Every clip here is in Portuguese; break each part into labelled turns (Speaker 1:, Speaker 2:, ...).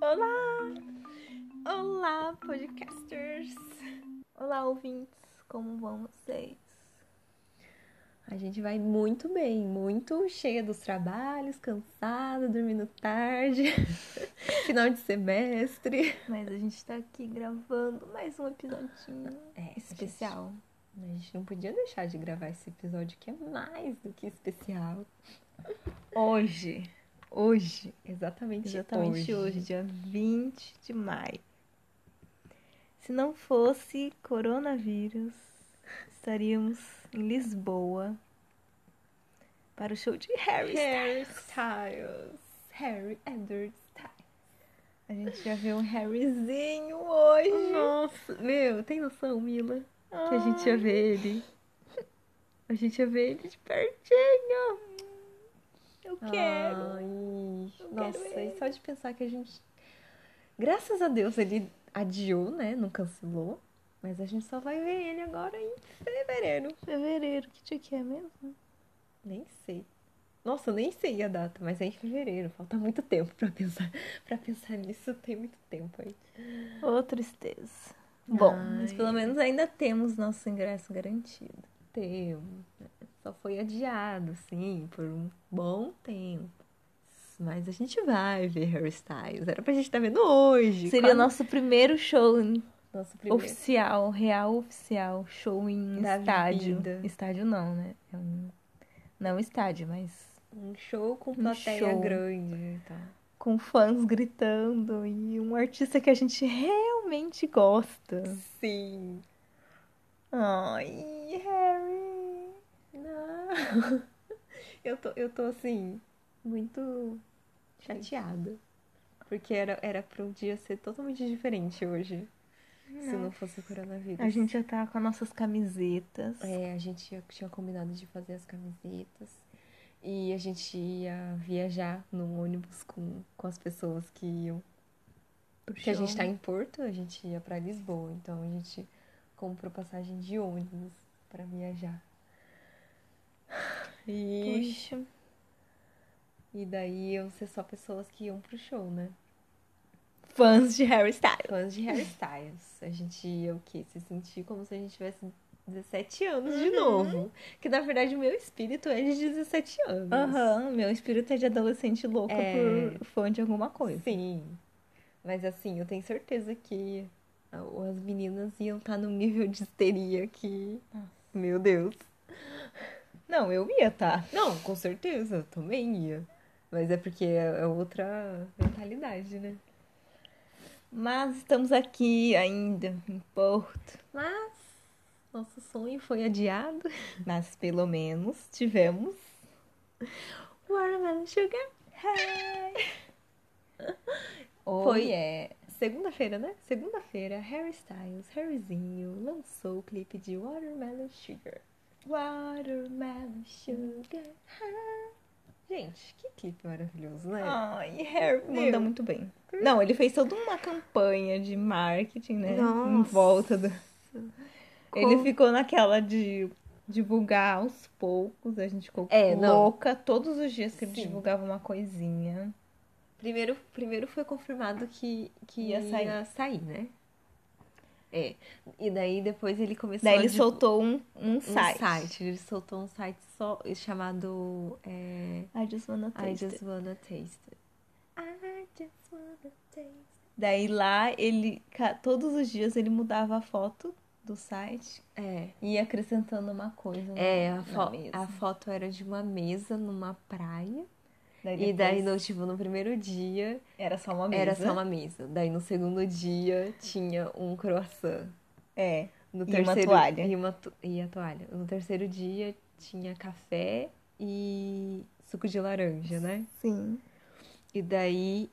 Speaker 1: Olá! Olá, podcasters! Olá, ouvintes! Como vão vocês?
Speaker 2: A gente vai muito bem, muito cheia dos trabalhos, cansada, dormindo tarde, final de semestre.
Speaker 1: Mas a gente tá aqui gravando mais um episodinho
Speaker 2: É,
Speaker 1: especial.
Speaker 2: A gente, a gente não podia deixar de gravar esse episódio que é mais do que especial.
Speaker 1: Hoje, hoje,
Speaker 2: Exatamente,
Speaker 1: exatamente hoje, dia 20 de maio. Se não fosse coronavírus, estaríamos em Lisboa para o show de Harry
Speaker 2: Harry
Speaker 1: Styles.
Speaker 2: Styles, Harry Edward Styles.
Speaker 1: A gente já viu um Harryzinho hoje.
Speaker 2: Nossa, meu, tem noção, Mila? Ah. Que a gente ia
Speaker 1: Ai.
Speaker 2: ver ele. A gente ia ver ele de pertinho.
Speaker 1: Eu quero.
Speaker 2: Ai,
Speaker 1: Eu
Speaker 2: nossa,
Speaker 1: quero
Speaker 2: e só de pensar que a gente. Graças a Deus ele adiou, né? Não cancelou. Mas a gente só vai ver ele agora em fevereiro.
Speaker 1: Fevereiro, que dia que é mesmo?
Speaker 2: Nem sei. Nossa, eu nem sei a data, mas é em fevereiro. Falta muito tempo pra pensar. Pra pensar nisso, tem muito tempo aí.
Speaker 1: Ô, tristeza. Bom,
Speaker 2: Ai.
Speaker 1: mas pelo menos ainda temos nosso ingresso garantido.
Speaker 2: Tempo. Só foi adiado, sim, por um bom tempo. Mas a gente vai ver Harry Styles. Era pra gente estar vendo hoje.
Speaker 1: Seria
Speaker 2: quase-
Speaker 1: nosso primeiro show em-
Speaker 2: nosso primeiro.
Speaker 1: oficial, real oficial, show em
Speaker 2: Da
Speaker 1: estádio.
Speaker 2: vida.
Speaker 1: Estádio não, né? É um- Não estádio, mas
Speaker 2: Um show com
Speaker 1: Um
Speaker 2: plateia
Speaker 1: show. Tá.
Speaker 2: grande e tal.
Speaker 1: com fãs gritando e um artista que a gente realmente gosta.
Speaker 2: Sim.
Speaker 1: Ai, Harry.
Speaker 2: Não. Eu tô, eu tô assim, muito chateada. Porque era, era pra um dia ser totalmente diferente hoje. Se não fosse o coronavírus.
Speaker 1: A gente já tá com as nossas camisetas.
Speaker 2: É, a gente ia- tinha combinado de fazer as camisetas. E a gente ia viajar num ônibus com, com as pessoas que iam. Porque a gente tá em Porto, a gente ia pra Lisboa, então a gente comprou passagem de ônibus pra viajar. E,
Speaker 1: Puxa.
Speaker 2: e daí iam ser só pessoas que iam pro show, né?
Speaker 1: Fãs de Harry Styles.
Speaker 2: Fãs de hairstyles. A gente ia o quê? Se sentir como se a gente tivesse 17 anos de
Speaker 1: Uhum.
Speaker 2: novo. Que na verdade o meu espírito é de 17 anos.
Speaker 1: Aham, meu espírito é de adolescente louca
Speaker 2: É.
Speaker 1: por fã de alguma coisa.
Speaker 2: Sim. Mas assim, eu tenho certeza que a- as meninas iam estar num nível de histeria que. Meu Deus.
Speaker 1: Não, eu ia, tá?
Speaker 2: Não, com certeza, eu também ia. Mas é porque é é outra mentalidade, né?
Speaker 1: Mas estamos aqui ainda, em Porto.
Speaker 2: Mas nosso sonho foi adiado.
Speaker 1: Mas pelo menos tivemos.
Speaker 2: Watermelon Sugar.
Speaker 1: Foi,
Speaker 2: Foi-
Speaker 1: é.
Speaker 2: Segunda-feira, né? Segunda-feira, Harry Styles, Harryzinho, lançou o clipe de Watermelon Sugar.
Speaker 1: Watermelon Sugar.
Speaker 2: Gente, que clipe maravilhoso, né?
Speaker 1: Ai, Harry manda
Speaker 2: Meu.
Speaker 1: muito bem. Não, ele fez toda uma campanha de marketing, né? Em
Speaker 2: Nossa.
Speaker 1: volta do. Ele
Speaker 2: Com-
Speaker 1: ficou naquela de divulgar aos poucos. A gente ficou
Speaker 2: É, não.
Speaker 1: louca todos os dias que ele
Speaker 2: Sim.
Speaker 1: divulgava uma coisinha.
Speaker 2: Primeiro, primeiro foi confirmado que, que
Speaker 1: Ia
Speaker 2: ia,
Speaker 1: sair.
Speaker 2: sair. né? É. E daí depois ele começou
Speaker 1: Daí
Speaker 2: a
Speaker 1: ele
Speaker 2: divul-
Speaker 1: soltou um, um
Speaker 2: um
Speaker 1: site.
Speaker 2: site. Ele soltou um site só chamado é,
Speaker 1: I just wanna
Speaker 2: I
Speaker 1: taste
Speaker 2: Just
Speaker 1: it.
Speaker 2: Wanna Taste. It. I just wanna taste.
Speaker 1: Daí lá ele ca- todos os dias ele mudava a foto do site
Speaker 2: it. É.
Speaker 1: e ia acrescentando uma coisa.
Speaker 2: É,
Speaker 1: na
Speaker 2: a, fo-
Speaker 1: mesa.
Speaker 2: a foto era de uma mesa numa praia.
Speaker 1: Daí
Speaker 2: E daí,
Speaker 1: depois
Speaker 2: no, tipo, no primeiro dia
Speaker 1: era só uma mesa.
Speaker 2: era só uma mesa. Daí no segundo dia tinha um croissant.
Speaker 1: É.
Speaker 2: No
Speaker 1: E uma
Speaker 2: terceiro,
Speaker 1: toalha.
Speaker 2: E, uma to- e a toalha. No terceiro dia tinha café e suco de laranja, né?
Speaker 1: Sim.
Speaker 2: E daí,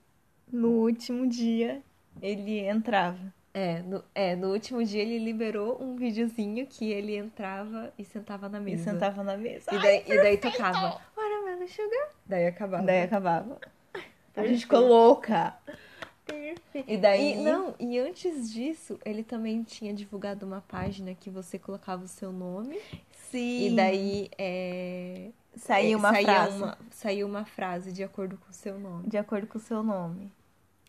Speaker 1: No último dia ele entrava.
Speaker 2: é no, é, no último dia ele liberou um videozinho que ele entrava e sentava na
Speaker 1: E
Speaker 2: mesa.
Speaker 1: sentava na mesa.
Speaker 2: E daí, e daí tocava Watermelon Sugar. Daí acabava.
Speaker 1: Daí acabava. A gente ficou louca. E daí.
Speaker 2: E, não, e antes disso, ele também tinha divulgado uma página que você colocava o seu nome.
Speaker 1: Sim.
Speaker 2: E daí, é,
Speaker 1: Saiu uma
Speaker 2: saía
Speaker 1: frase
Speaker 2: uma- saiu uma frase de acordo com o seu nome.
Speaker 1: de acordo com o seu nome.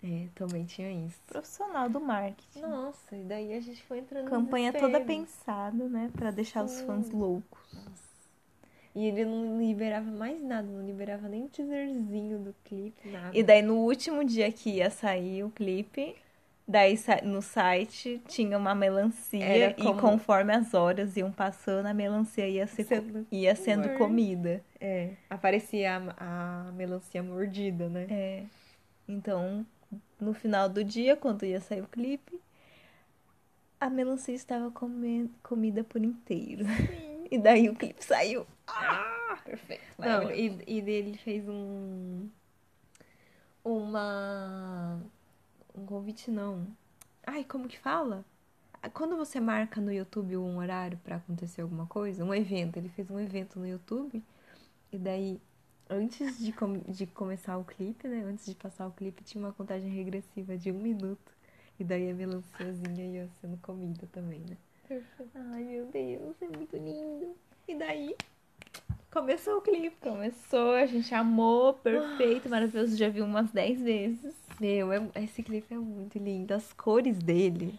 Speaker 2: É, também tinha isso.
Speaker 1: Profissional do marketing.
Speaker 2: Nossa, e daí a gente foi entrando no
Speaker 1: Campanha toda
Speaker 2: desespero.
Speaker 1: pensada, né? Pra deixar os fãs
Speaker 2: Sim.
Speaker 1: loucos.
Speaker 2: E ele não liberava mais nada, não liberava nem o teaserzinho do clipe, nada.
Speaker 1: E daí no último dia que ia sair o clipe, daí sa- no site tinha uma melancia
Speaker 2: Era
Speaker 1: e
Speaker 2: como-
Speaker 1: conforme as horas iam passando, a melancia ia, se-
Speaker 2: Sendo-
Speaker 1: ia sendo comida.
Speaker 2: É, aparecia a, a melancia mordida, né?
Speaker 1: É. Então, no final do dia, quando ia sair o clipe, a melancia estava comendo comida por inteiro. E daí o clipe saiu.
Speaker 2: Perfeito. Não,
Speaker 1: maravilhoso.
Speaker 2: e, e ele fez um. Uma. Um convite, não. Ai, como que fala? Quando você marca no YouTube um horário pra acontecer alguma coisa, um evento, ele fez um evento no YouTube, e daí, antes de, com- de começar o clipe, né? Antes de passar o clipe, tinha uma contagem regressiva de um minuto. E daí a melanciazinha ia sendo comida também, né? Ai, meu Deus, é muito lindo. E daí, começou o clipe.
Speaker 1: Começou, a gente amou, perfeito, maravilhoso. Já viu umas 10 vezes.
Speaker 2: Meu, é- esse clipe é muito lindo. As cores dele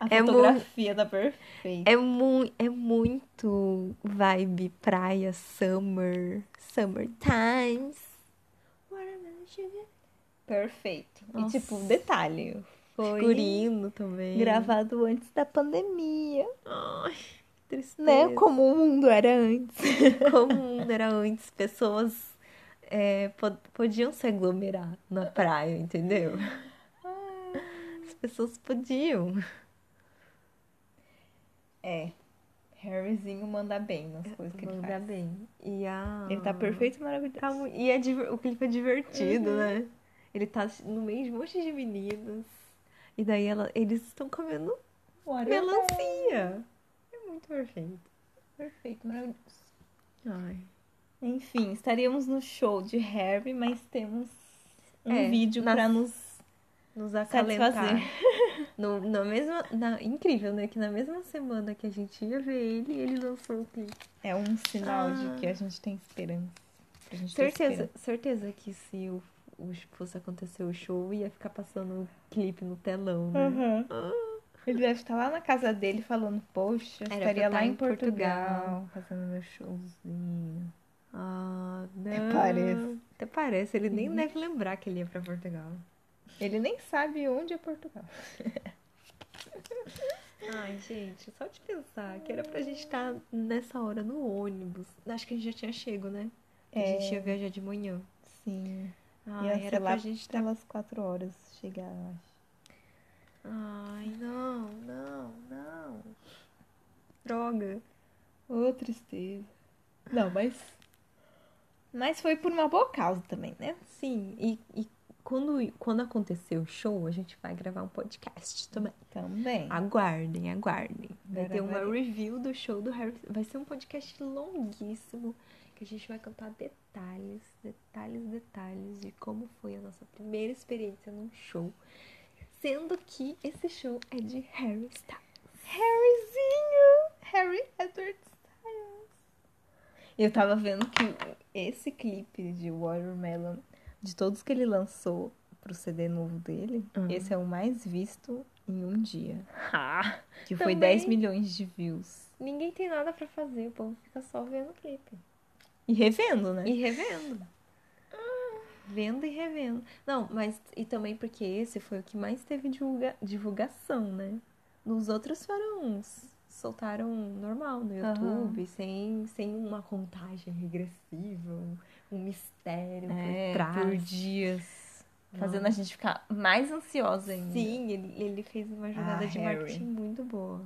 Speaker 1: A
Speaker 2: É mu-
Speaker 1: fotografia tá perfeita.
Speaker 2: é, mu é muito vibe praia, summer, summer times. Watermelon sugar.
Speaker 1: Perfeito.
Speaker 2: Nossa.
Speaker 1: E tipo, detalhe, foi
Speaker 2: Figurino também.
Speaker 1: gravado antes da pandemia,
Speaker 2: Ai, que tristeza.
Speaker 1: né? Como o mundo era antes.
Speaker 2: Como o mundo era antes, pessoas é, pod- podiam se aglomerar na praia, entendeu?
Speaker 1: Ah.
Speaker 2: As pessoas podiam.
Speaker 1: É. Harryzinho manda bem nas coisas que ele
Speaker 2: É, Manda
Speaker 1: faz.
Speaker 2: bem. E a...
Speaker 1: Ele tá perfeito e maravilhoso.
Speaker 2: Tá mu- e é diver- o clipe é divertido,
Speaker 1: Uhum.
Speaker 2: né? Ele tá no meio de um monte de meninas. E daí ela- eles estão comendo
Speaker 1: Olha, tá
Speaker 2: melancia. É muito perfeito.
Speaker 1: Perfeito, maravilhoso.
Speaker 2: Ai.
Speaker 1: Enfim, estaríamos no show de Harry, mas temos um
Speaker 2: É,
Speaker 1: vídeo
Speaker 2: nas-
Speaker 1: pra nos
Speaker 2: Nos acalentar.
Speaker 1: satisfazer.
Speaker 2: No, na mesma, na- incrível, né? Que na mesma semana que a gente ia ver ele, ele lançou o clipe.
Speaker 1: É um sinal
Speaker 2: Ah.
Speaker 1: de que a gente tem esperança. A gente tem
Speaker 2: Certeza,
Speaker 1: esperança.
Speaker 2: certeza que se o, o- fosse acontecer o show, ia ficar passando o clipe no telão, né?
Speaker 1: Aham. Uhum. Ele deve estar lá na casa dele falando, poxa, eu
Speaker 2: Era pra
Speaker 1: estaria lá
Speaker 2: estar
Speaker 1: em
Speaker 2: em Portugal,
Speaker 1: Portugal, fazendo meu showzinho.
Speaker 2: Ah, não.
Speaker 1: parece.
Speaker 2: Até parece, Uhum. ele nem deve lembrar que ele ia pra Portugal.
Speaker 1: Ele nem sabe onde é Portugal.
Speaker 2: Ai, gente, só de pensar que era pra gente estar nessa hora no ônibus. Acho que a gente já tinha chego, né? Que A gente ia viajar de manhã.
Speaker 1: Sim.
Speaker 2: Ai,
Speaker 1: ia
Speaker 2: era
Speaker 1: ser lá
Speaker 2: pra gente estar.
Speaker 1: pelas quatro horas chegar, eu acho.
Speaker 2: Ai, não, não, não. Droga.
Speaker 1: Ô, tristeza. Não, mas. Mas foi por uma boa causa também, né?
Speaker 2: Sim, e, e quando, quando acontecer o show, a gente vai gravar um podcast também.
Speaker 1: Também.
Speaker 2: Aguardem, aguardem. Uhum. Vai ter uma
Speaker 1: Gravarei.
Speaker 2: review do show do Harry. Vai ser um podcast longuíssimo que a gente vai contar detalhes, detalhes, detalhes de como foi a nossa primeira experiência num show. Sendo que esse show é de Harry Styles.
Speaker 1: Harryzinho! Harry Edward Styles. Eu tava vendo que esse clipe de Watermelon, de todos que ele lançou pro CD novo dele,
Speaker 2: Uhum.
Speaker 1: esse é o mais visto em um dia. Que foi
Speaker 2: Ah, Também.
Speaker 1: 10 milhões de views.
Speaker 2: Ninguém tem nada pra fazer, o povo fica só vendo o clipe.
Speaker 1: E revendo, né?
Speaker 2: E revendo. Vendo e revendo. Não, mas e também porque esse foi o que mais teve divulga- divulgação, né? Nos outros foram uns. Soltaram normal no YouTube, sem, sem uma contagem regressiva, um, um mistério
Speaker 1: É,
Speaker 2: por trás.
Speaker 1: por dias. Fazendo a gente ficar mais ansiosa ainda.
Speaker 2: Sim, assim. ele, ele fez uma jornada de
Speaker 1: Ah, Harry.
Speaker 2: marketing muito boa.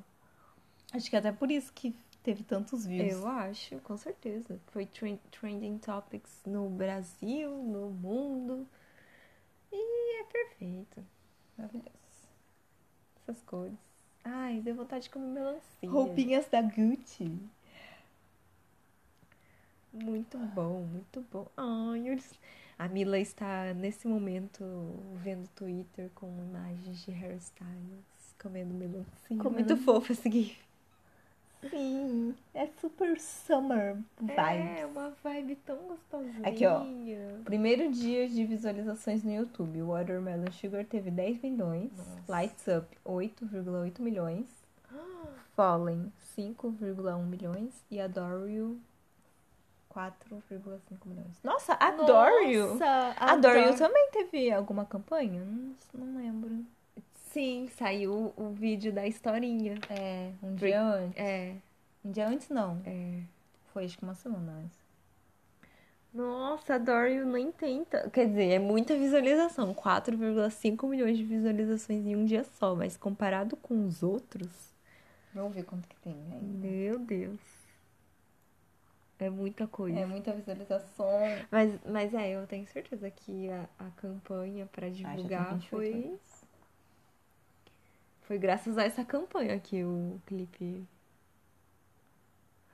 Speaker 1: Acho que é até por isso que teve tantos views.
Speaker 2: Eu acho, com certeza. Foi tren- trending topics no Brasil, no mundo. E é perfeito.
Speaker 1: Maravilhoso.
Speaker 2: Essas cores. Ai, deu vontade de comer melancia.
Speaker 1: Roupinhas da Gucci.
Speaker 2: Muito bom, muito bom. Ai, eles... A Mila está, nesse momento, vendo Twitter com imagens de hairstyles, comendo melancia.
Speaker 1: Comendo-
Speaker 2: Muito fofo esse gif.
Speaker 1: Sim, é super summer
Speaker 2: É,
Speaker 1: vibes.
Speaker 2: uma vibe tão gostosinha.
Speaker 1: Aqui, ó. Primeiro dia de visualizações no YouTube. Watermelon Sugar teve 10 milhões.
Speaker 2: Nossa.
Speaker 1: Lights Up, 8,8 milhões. Fallen, 5,1 milhões. E Adore You, 4,5 milhões. Nossa, Adore You!
Speaker 2: Nossa,
Speaker 1: Adore You também teve alguma campanha? Não, não lembro.
Speaker 2: Sim, saiu o vídeo da historinha.
Speaker 1: É, um
Speaker 2: Pre-
Speaker 1: dia antes.
Speaker 2: É,
Speaker 1: Um dia antes não.
Speaker 2: é.
Speaker 1: Foi acho que uma semana antes.
Speaker 2: Nossa, Adore You nem tenta. Quer dizer, é muita visualização. 4,5 milhões de visualizações em um dia só. Mas comparado com os outros,
Speaker 1: Vamos ver quanto que tem né? ainda.
Speaker 2: meu Deus. É muita coisa.
Speaker 1: É muita visualização.
Speaker 2: Mas, mas é, eu tenho certeza que a, a campanha pra divulgar foi, foi graças a essa campanha que o clipe.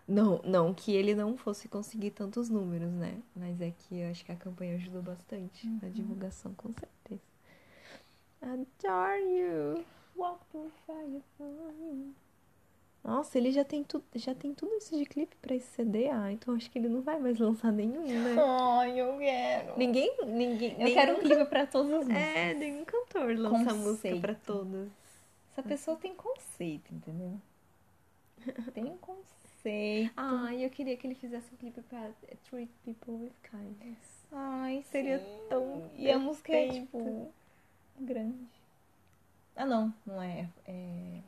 Speaker 2: Não, não que ele não fosse conseguir tantos números, né? Mas é que eu acho que a campanha ajudou bastante na divulgação, com certeza. Adore you!
Speaker 1: Walk the firefly.
Speaker 2: Nossa, ele já tem, tu, já tem tudo isso de clipe pra esse CD, ah, então acho que ele não vai mais lançar nenhum, né?
Speaker 1: Ai, eu quero.
Speaker 2: Ninguém, ninguém,
Speaker 1: Eu quero um clipe pra todas as músicas.
Speaker 2: É, nenhum cantor lança
Speaker 1: Conceito.
Speaker 2: música pra todas.
Speaker 1: Essa pessoa tem conceito, entendeu? Tem um conceito.
Speaker 2: Ai, eu queria que ele fizesse um clipe pra Treat People with Kindness.
Speaker 1: Ai,
Speaker 2: Seria
Speaker 1: sim.
Speaker 2: tão
Speaker 1: E a música é,
Speaker 2: perfeito.
Speaker 1: tipo, grande. Ah, não. Não é. É.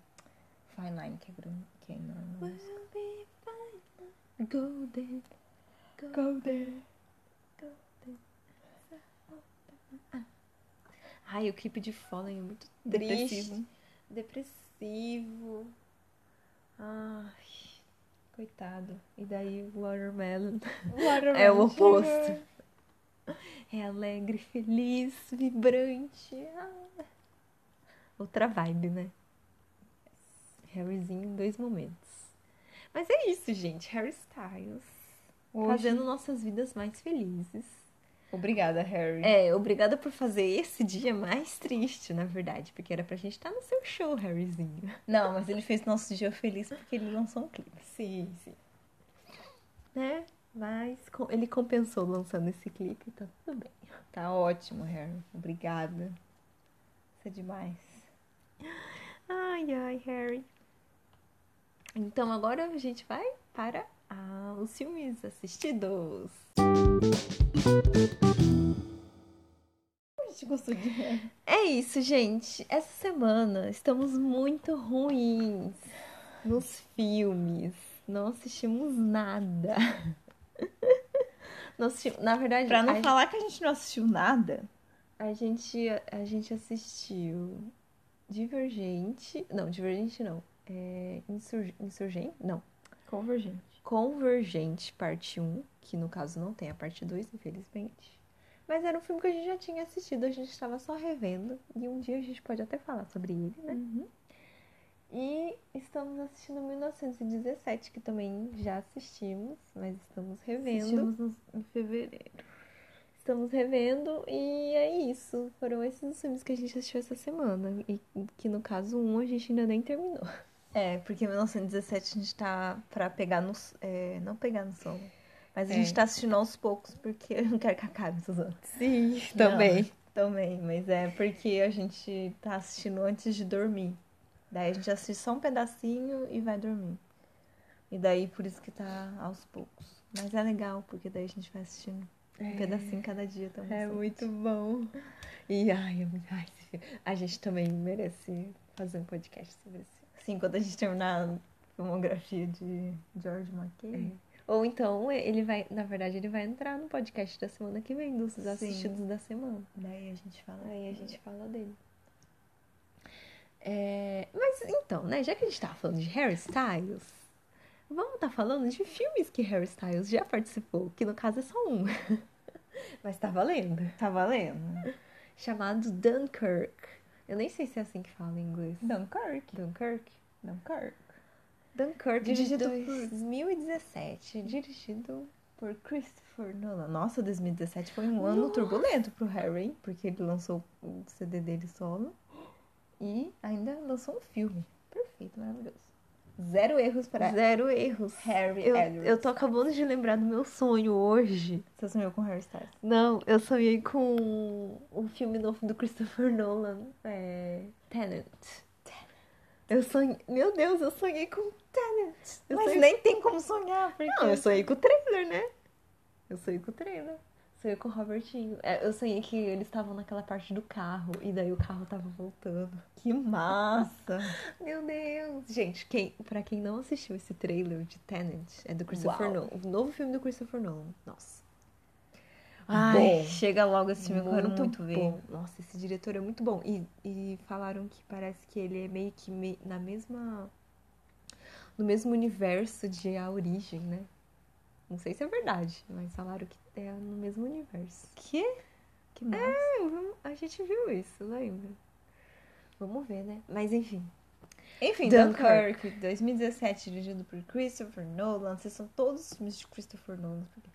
Speaker 1: Fine Line, que é grande. Que é enorme.
Speaker 2: We'll be fine. Go there. Go,
Speaker 1: there.
Speaker 2: go there. Ai, o clipe de Fallen é muito
Speaker 1: Depressivo.
Speaker 2: triste. Depressivo. Ai,
Speaker 1: Coitado.
Speaker 2: e daí Watermelon.
Speaker 1: É o oposto.
Speaker 2: É alegre, feliz, vibrante. Ah. Outra vibe, né? Harryzinho em dois momentos. Mas é isso, gente. Harry Styles. Fazendo nossas vidas mais felizes.
Speaker 1: Obrigada, Harry.
Speaker 2: É, obrigada por fazer esse dia mais triste, na verdade. Porque era pra gente estar no seu show, Harryzinho.
Speaker 1: Não, mas ele fez nosso dia feliz porque ele lançou um clipe.
Speaker 2: Sim, sim. Né? Mas com- ele compensou lançando esse clipe, tá tudo bem.
Speaker 1: Tá ótimo, Harry. Obrigada. Isso é demais.
Speaker 2: Ai, ai, Harry. Então agora a gente vai para ah, os filmes assistidos.
Speaker 1: A gente gostou de Harry.
Speaker 2: É isso, gente. Essa semana estamos muito ruins nos filmes. Não assistimos nada. Nós assisti- na verdade,
Speaker 1: Pra não
Speaker 2: a,
Speaker 1: falar que a gente não assistiu nada,
Speaker 2: a gente a gente assistiu Divergente, não, Divergente não. É, Insurg- Insurgente? Não.
Speaker 1: Convergente.
Speaker 2: Convergente, parte 1, que no caso não tem a parte 2, infelizmente. Mas era um filme que a gente já tinha assistido, a gente estava só revendo. E um dia a gente pode até falar sobre ele, né?
Speaker 1: Uhum.
Speaker 2: E estamos assistindo 1917, que também já assistimos, mas estamos revendo.
Speaker 1: Assistimos em fevereiro.
Speaker 2: Estamos revendo e é isso. Foram esses os filmes que a gente assistiu essa semana. E que no caso um a gente ainda nem terminou.
Speaker 1: É, porque em 1917 a gente tá pra pegar no. É, não pegar no sono. Mas a
Speaker 2: É.
Speaker 1: gente tá assistindo aos poucos porque eu não quero que acabe, Suzana.
Speaker 2: Sim,
Speaker 1: Também, mas é porque a gente tá assistindo antes de dormir. Daí a gente assiste só um pedacinho e vai dormir. E daí por isso que tá aos poucos. Mas é legal, porque daí a gente vai assistindo um pedacinho cada dia também.
Speaker 2: É muito bom. E ai, é muito- ai, esse filme- a gente também merece fazer um podcast sobre isso.
Speaker 1: Sim, quando a gente terminar a filmografia de George McKay.
Speaker 2: Ou então ele vai, na verdade, ele vai entrar no podcast da semana que vem, dos
Speaker 1: Sim.
Speaker 2: assistidos da semana.
Speaker 1: Daí a gente fala.
Speaker 2: Aí a gente fala dele. É, mas então, né, já que a gente tava falando de Harry Styles, vamos estar falando de filmes que Harry Styles já participou, que no caso é só um. mas tá valendo.
Speaker 1: Tá valendo?
Speaker 2: Chamado Dunkirk. Eu nem sei se é assim que fala em inglês.
Speaker 1: Dunkirk.
Speaker 2: Dunkirk?
Speaker 1: Dunkirk.
Speaker 2: Dunkirk,
Speaker 1: Dirigido
Speaker 2: de
Speaker 1: por-
Speaker 2: 2017. Dirigido
Speaker 1: Por Christopher Nolan. Nossa, 2017 foi um ano
Speaker 2: Nossa.
Speaker 1: turbulento pro Harry, hein? porque ele lançou o CD dele solo e ainda lançou um filme. Perfeito, maravilhoso. Zero erros para
Speaker 2: Zero erros.
Speaker 1: Harry
Speaker 2: Eu,
Speaker 1: Edwards.
Speaker 2: eu tô acabando de lembrar do meu sonho hoje.
Speaker 1: Você sonhou com Harry Styles.
Speaker 2: Não, eu sonhei com um filme novo do Christopher Nolan. É. Tenet. Eu sonhei. Meu Deus, eu sonhei com Tenet. Eu
Speaker 1: Mas
Speaker 2: sonhei...
Speaker 1: nem tem como sonhar, porque...
Speaker 2: Não, eu sonhei com o trailer, né? Eu sonhei com o trailer. Sonhei com o Robertinho. É, eu sonhei que eles estavam naquela parte do carro e daí o carro tava voltando.
Speaker 1: Que massa!
Speaker 2: Meu Deus! Gente, quem, pra quem não assistiu esse trailer de Tenet, é do Christopher
Speaker 1: Uau.
Speaker 2: Nolan. O novo filme do Christopher Nolan. Nossa.
Speaker 1: Ai,
Speaker 2: Ai,
Speaker 1: chega logo esse filme que eu quero muito ver.
Speaker 2: bom. Nossa, esse diretor é muito bom. E, e falaram que parece que ele é meio que me- na mesma. No mesmo universo de A Origem, né? Não sei se é verdade, mas falaram que é no mesmo universo.
Speaker 1: Que? Que massa.
Speaker 2: É, vamos- a gente viu isso, lembra? Vamos ver, né? Mas enfim.
Speaker 1: Enfim,
Speaker 2: Dunkirk.
Speaker 1: Dunkirk, 2017, dirigido por Christopher Nolan. Vocês são todos os filmes de Christopher Nolan, porque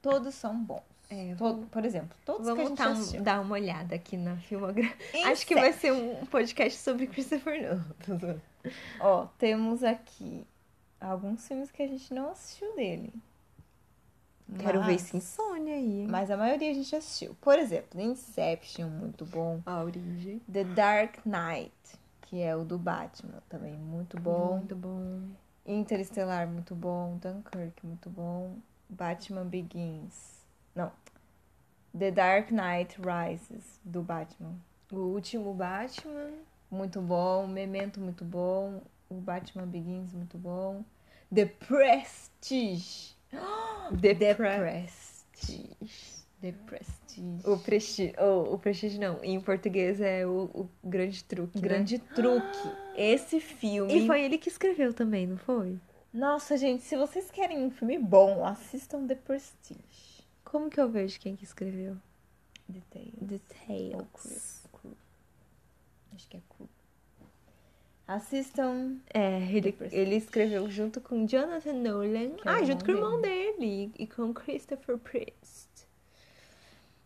Speaker 1: todos são bons.
Speaker 2: É,
Speaker 1: To- por exemplo, todos que a
Speaker 2: Vamos
Speaker 1: gente
Speaker 2: dar, um-
Speaker 1: assistiu.
Speaker 2: dar uma olhada aqui na filmografia. Acho
Speaker 1: Incept.
Speaker 2: que vai ser um podcast sobre Christopher Nolan.
Speaker 1: Ó, temos aqui alguns filmes que a gente não assistiu dele.
Speaker 2: Quero ver
Speaker 1: Mas-
Speaker 2: esse insônia aí, hein?
Speaker 1: Mas a maioria a gente assistiu. Por exemplo, Inception, muito bom.
Speaker 2: A origem.
Speaker 1: The Dark Knight, que é o do Batman, também muito bom.
Speaker 2: Muito bom.
Speaker 1: Interestelar, muito bom. Dunkirk, muito bom. Batman Begins. Não. The Dark Knight Rises, do Batman.
Speaker 2: O último Batman.
Speaker 1: Muito bom. Memento, muito bom. O Batman Begins, muito bom. The Prestige.
Speaker 2: The,
Speaker 1: The
Speaker 2: Pre-
Speaker 1: Prestige. The Prestige.
Speaker 2: O Prestígio. o Prestígio não. Em português é o, o Grande Truque. né?
Speaker 1: Grande Truque. Esse filme.
Speaker 2: E foi ele que escreveu também, não foi?
Speaker 1: Nossa, gente, se vocês querem um filme bom, assistam The Prestige.
Speaker 2: Como que eu vejo quem que escreveu?
Speaker 1: Detail. Ou
Speaker 2: Details.
Speaker 1: Chris. Acho que é cool. Assistam
Speaker 2: É, ele,
Speaker 1: Depois-
Speaker 2: ele escreveu junto com Jonathan Nolan.
Speaker 1: Que é o
Speaker 2: Ah,
Speaker 1: irmão
Speaker 2: junto com o irmão dele. E com Christopher Priest.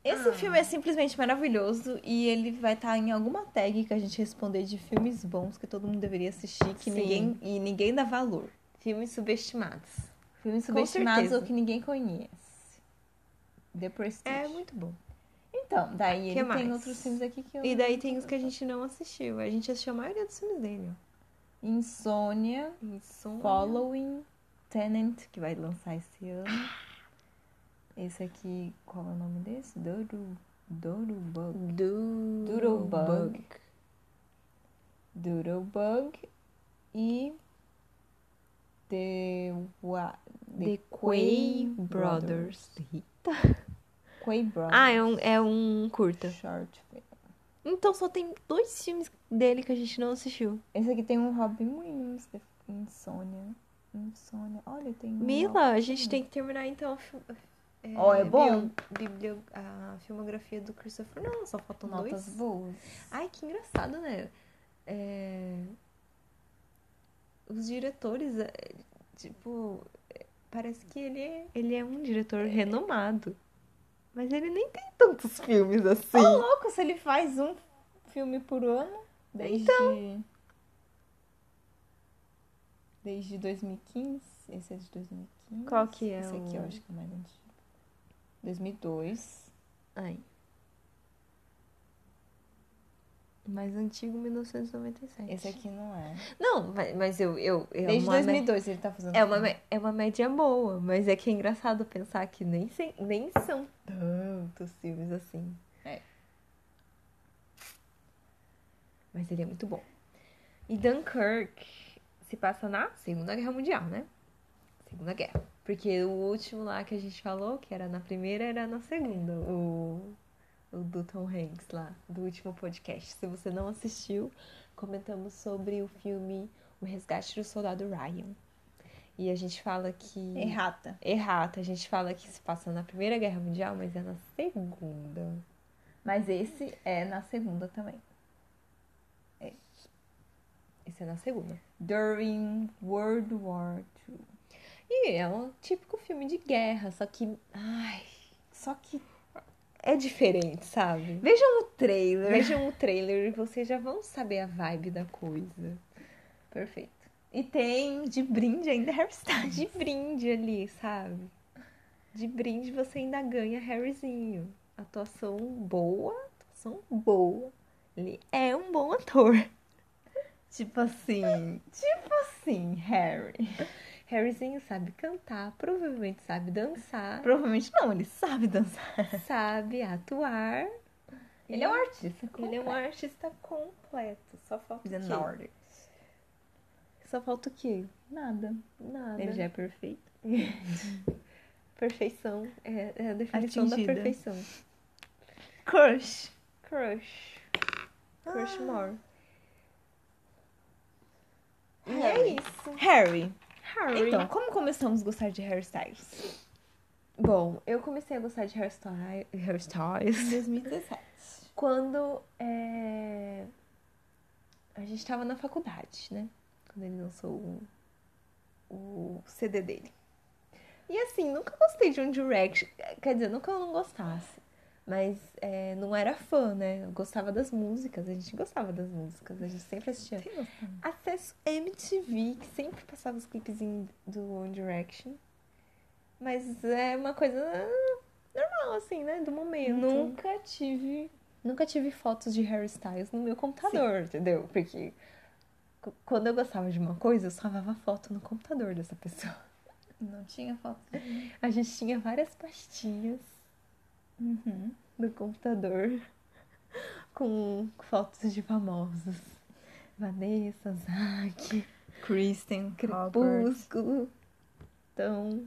Speaker 1: Esse
Speaker 2: Ah.
Speaker 1: filme é simplesmente maravilhoso e ele vai estar em alguma tag que a gente responder de filmes bons que todo mundo deveria assistir que
Speaker 2: Sim.
Speaker 1: ninguém, e ninguém dá valor.
Speaker 2: Filmes subestimados.
Speaker 1: Filmes subestimados
Speaker 2: certeza.
Speaker 1: ou que ninguém conhece. The Prestige.
Speaker 2: É muito bom.
Speaker 1: Então, daí
Speaker 2: Que
Speaker 1: ele
Speaker 2: mais?
Speaker 1: tem outros filmes aqui que eu...
Speaker 2: E daí tem os que a gente não assistiu. A gente assistiu a maioria dos filmes dele, ó.
Speaker 1: Insônia,
Speaker 2: Insônia.
Speaker 1: Following, Tenant, que vai lançar esse ano. Esse aqui, qual é o nome desse? Doru... Dorubug.
Speaker 2: Du-
Speaker 1: Doodlebug. Doodlebug e The, Wa-
Speaker 2: The Quay Brothers.
Speaker 1: Quay Brothers.
Speaker 2: Ah, é um, é um curta.
Speaker 1: Short film.
Speaker 2: Então só tem dois filmes dele que a gente não assistiu.
Speaker 1: Esse aqui tem um Robin Williams, The Insônia. Insônia. Olha, tem um.
Speaker 2: Mila, a gente tem que terminar então a fi- é,
Speaker 1: Ó, é bom?
Speaker 2: bio- biblio- a filmografia do Christopher Nolan, só faltam
Speaker 1: Notas
Speaker 2: dois.
Speaker 1: boas.
Speaker 2: Ai, que engraçado, né? É, Os diretores, é, tipo, é, parece que ele é, ele é um diretor renomado. Mas ele nem tem tantos filmes assim.
Speaker 1: Ô, louco, se ele faz um filme por ano, desde. Desde 2015. Esse é de 2015.
Speaker 2: Qual que é
Speaker 1: Esse aqui eu
Speaker 2: o-
Speaker 1: acho que é mais antigo. 2002.
Speaker 2: Ai. Mais antigo, 1997.
Speaker 1: Esse aqui não é.
Speaker 2: Não, mas, mas eu, eu, eu é
Speaker 1: Desde
Speaker 2: uma me-
Speaker 1: 2002 ele tá fazendo.
Speaker 2: É uma,
Speaker 1: filme.
Speaker 2: me- é uma média boa, mas é que é engraçado pensar que nem, se- nem são tantos filmes assim.
Speaker 1: É.
Speaker 2: Mas ele é muito bom. E Dunkirk se passa na Segunda Guerra Mundial, né? Segunda Guerra. Porque o último lá que a gente falou, que era na primeira, era na segunda. O, o do Tom Hanks lá, do último podcast. Se você não assistiu, comentamos sobre o filme O Resgate do Soldado Ryan. E a gente fala que.
Speaker 1: É. Errata.
Speaker 2: Errata. A gente fala que se passa na Primeira Guerra Mundial, mas é na Segunda.
Speaker 1: Mas esse é na segunda também.
Speaker 2: Isso é na Segunda.
Speaker 1: During World War II.
Speaker 2: E é um típico filme de guerra, só que. Ai.
Speaker 1: Só que.
Speaker 2: É diferente, sabe?
Speaker 1: Vejam o trailer.
Speaker 2: Vejam o trailer e vocês já vão saber a vibe da coisa.
Speaker 1: Perfeito. E tem de brinde ainda Harry Styles.
Speaker 2: De brinde ali, sabe? De brinde você ainda ganha Harryzinho. Atuação boa, atuação boa. Ele é um bom ator.
Speaker 1: Tipo assim, tipo assim, Harry.
Speaker 2: Harryzinho sabe cantar, provavelmente sabe dançar,
Speaker 1: Provavelmente não, ele sabe dançar.
Speaker 2: sabe atuar.
Speaker 1: Ele é um artista.
Speaker 2: Ele é um artista completo. Só falta o quê?
Speaker 1: Nordic.
Speaker 2: Só falta o quê?
Speaker 1: Nada.
Speaker 2: Nada.
Speaker 1: Ele já é perfeito.
Speaker 2: Perfeição. É, é a definição
Speaker 1: Atingida.
Speaker 2: da perfeição.
Speaker 1: Crush. Ah.
Speaker 2: Crush. Crush more. E
Speaker 1: Harry.
Speaker 2: é isso.
Speaker 1: Harry.
Speaker 2: Harry.
Speaker 1: Então, como começamos a gostar de Harry Styles?
Speaker 2: Bom, eu comecei a gostar de hairstyle, hairstyles
Speaker 1: 2017.
Speaker 2: quando é, a gente tava na faculdade, né? Quando ele lançou o, o CD dele. E assim, nunca gostei de um Direct. Quer dizer, nunca eu não gostasse. Mas é, não era fã, né? Eu gostava das músicas, a gente gostava das músicas, a gente sempre assistia.
Speaker 1: Tem noção?
Speaker 2: Acesso MTV, que sempre passava os clipes em- do One Direction. Mas é uma coisa normal, assim, né? Do momento.
Speaker 1: Nunca tive.
Speaker 2: Nunca tive fotos de hairstyles no meu computador, entendeu? Porque c- quando eu gostava de uma coisa, eu salvava foto no computador dessa pessoa.
Speaker 1: Não tinha foto.
Speaker 2: A gente tinha várias pastinhas
Speaker 1: Uhum.
Speaker 2: no computador com fotos de famosos. Vanessa, Zac,
Speaker 1: Kristen, Robert.
Speaker 2: Crepúsculo. Então,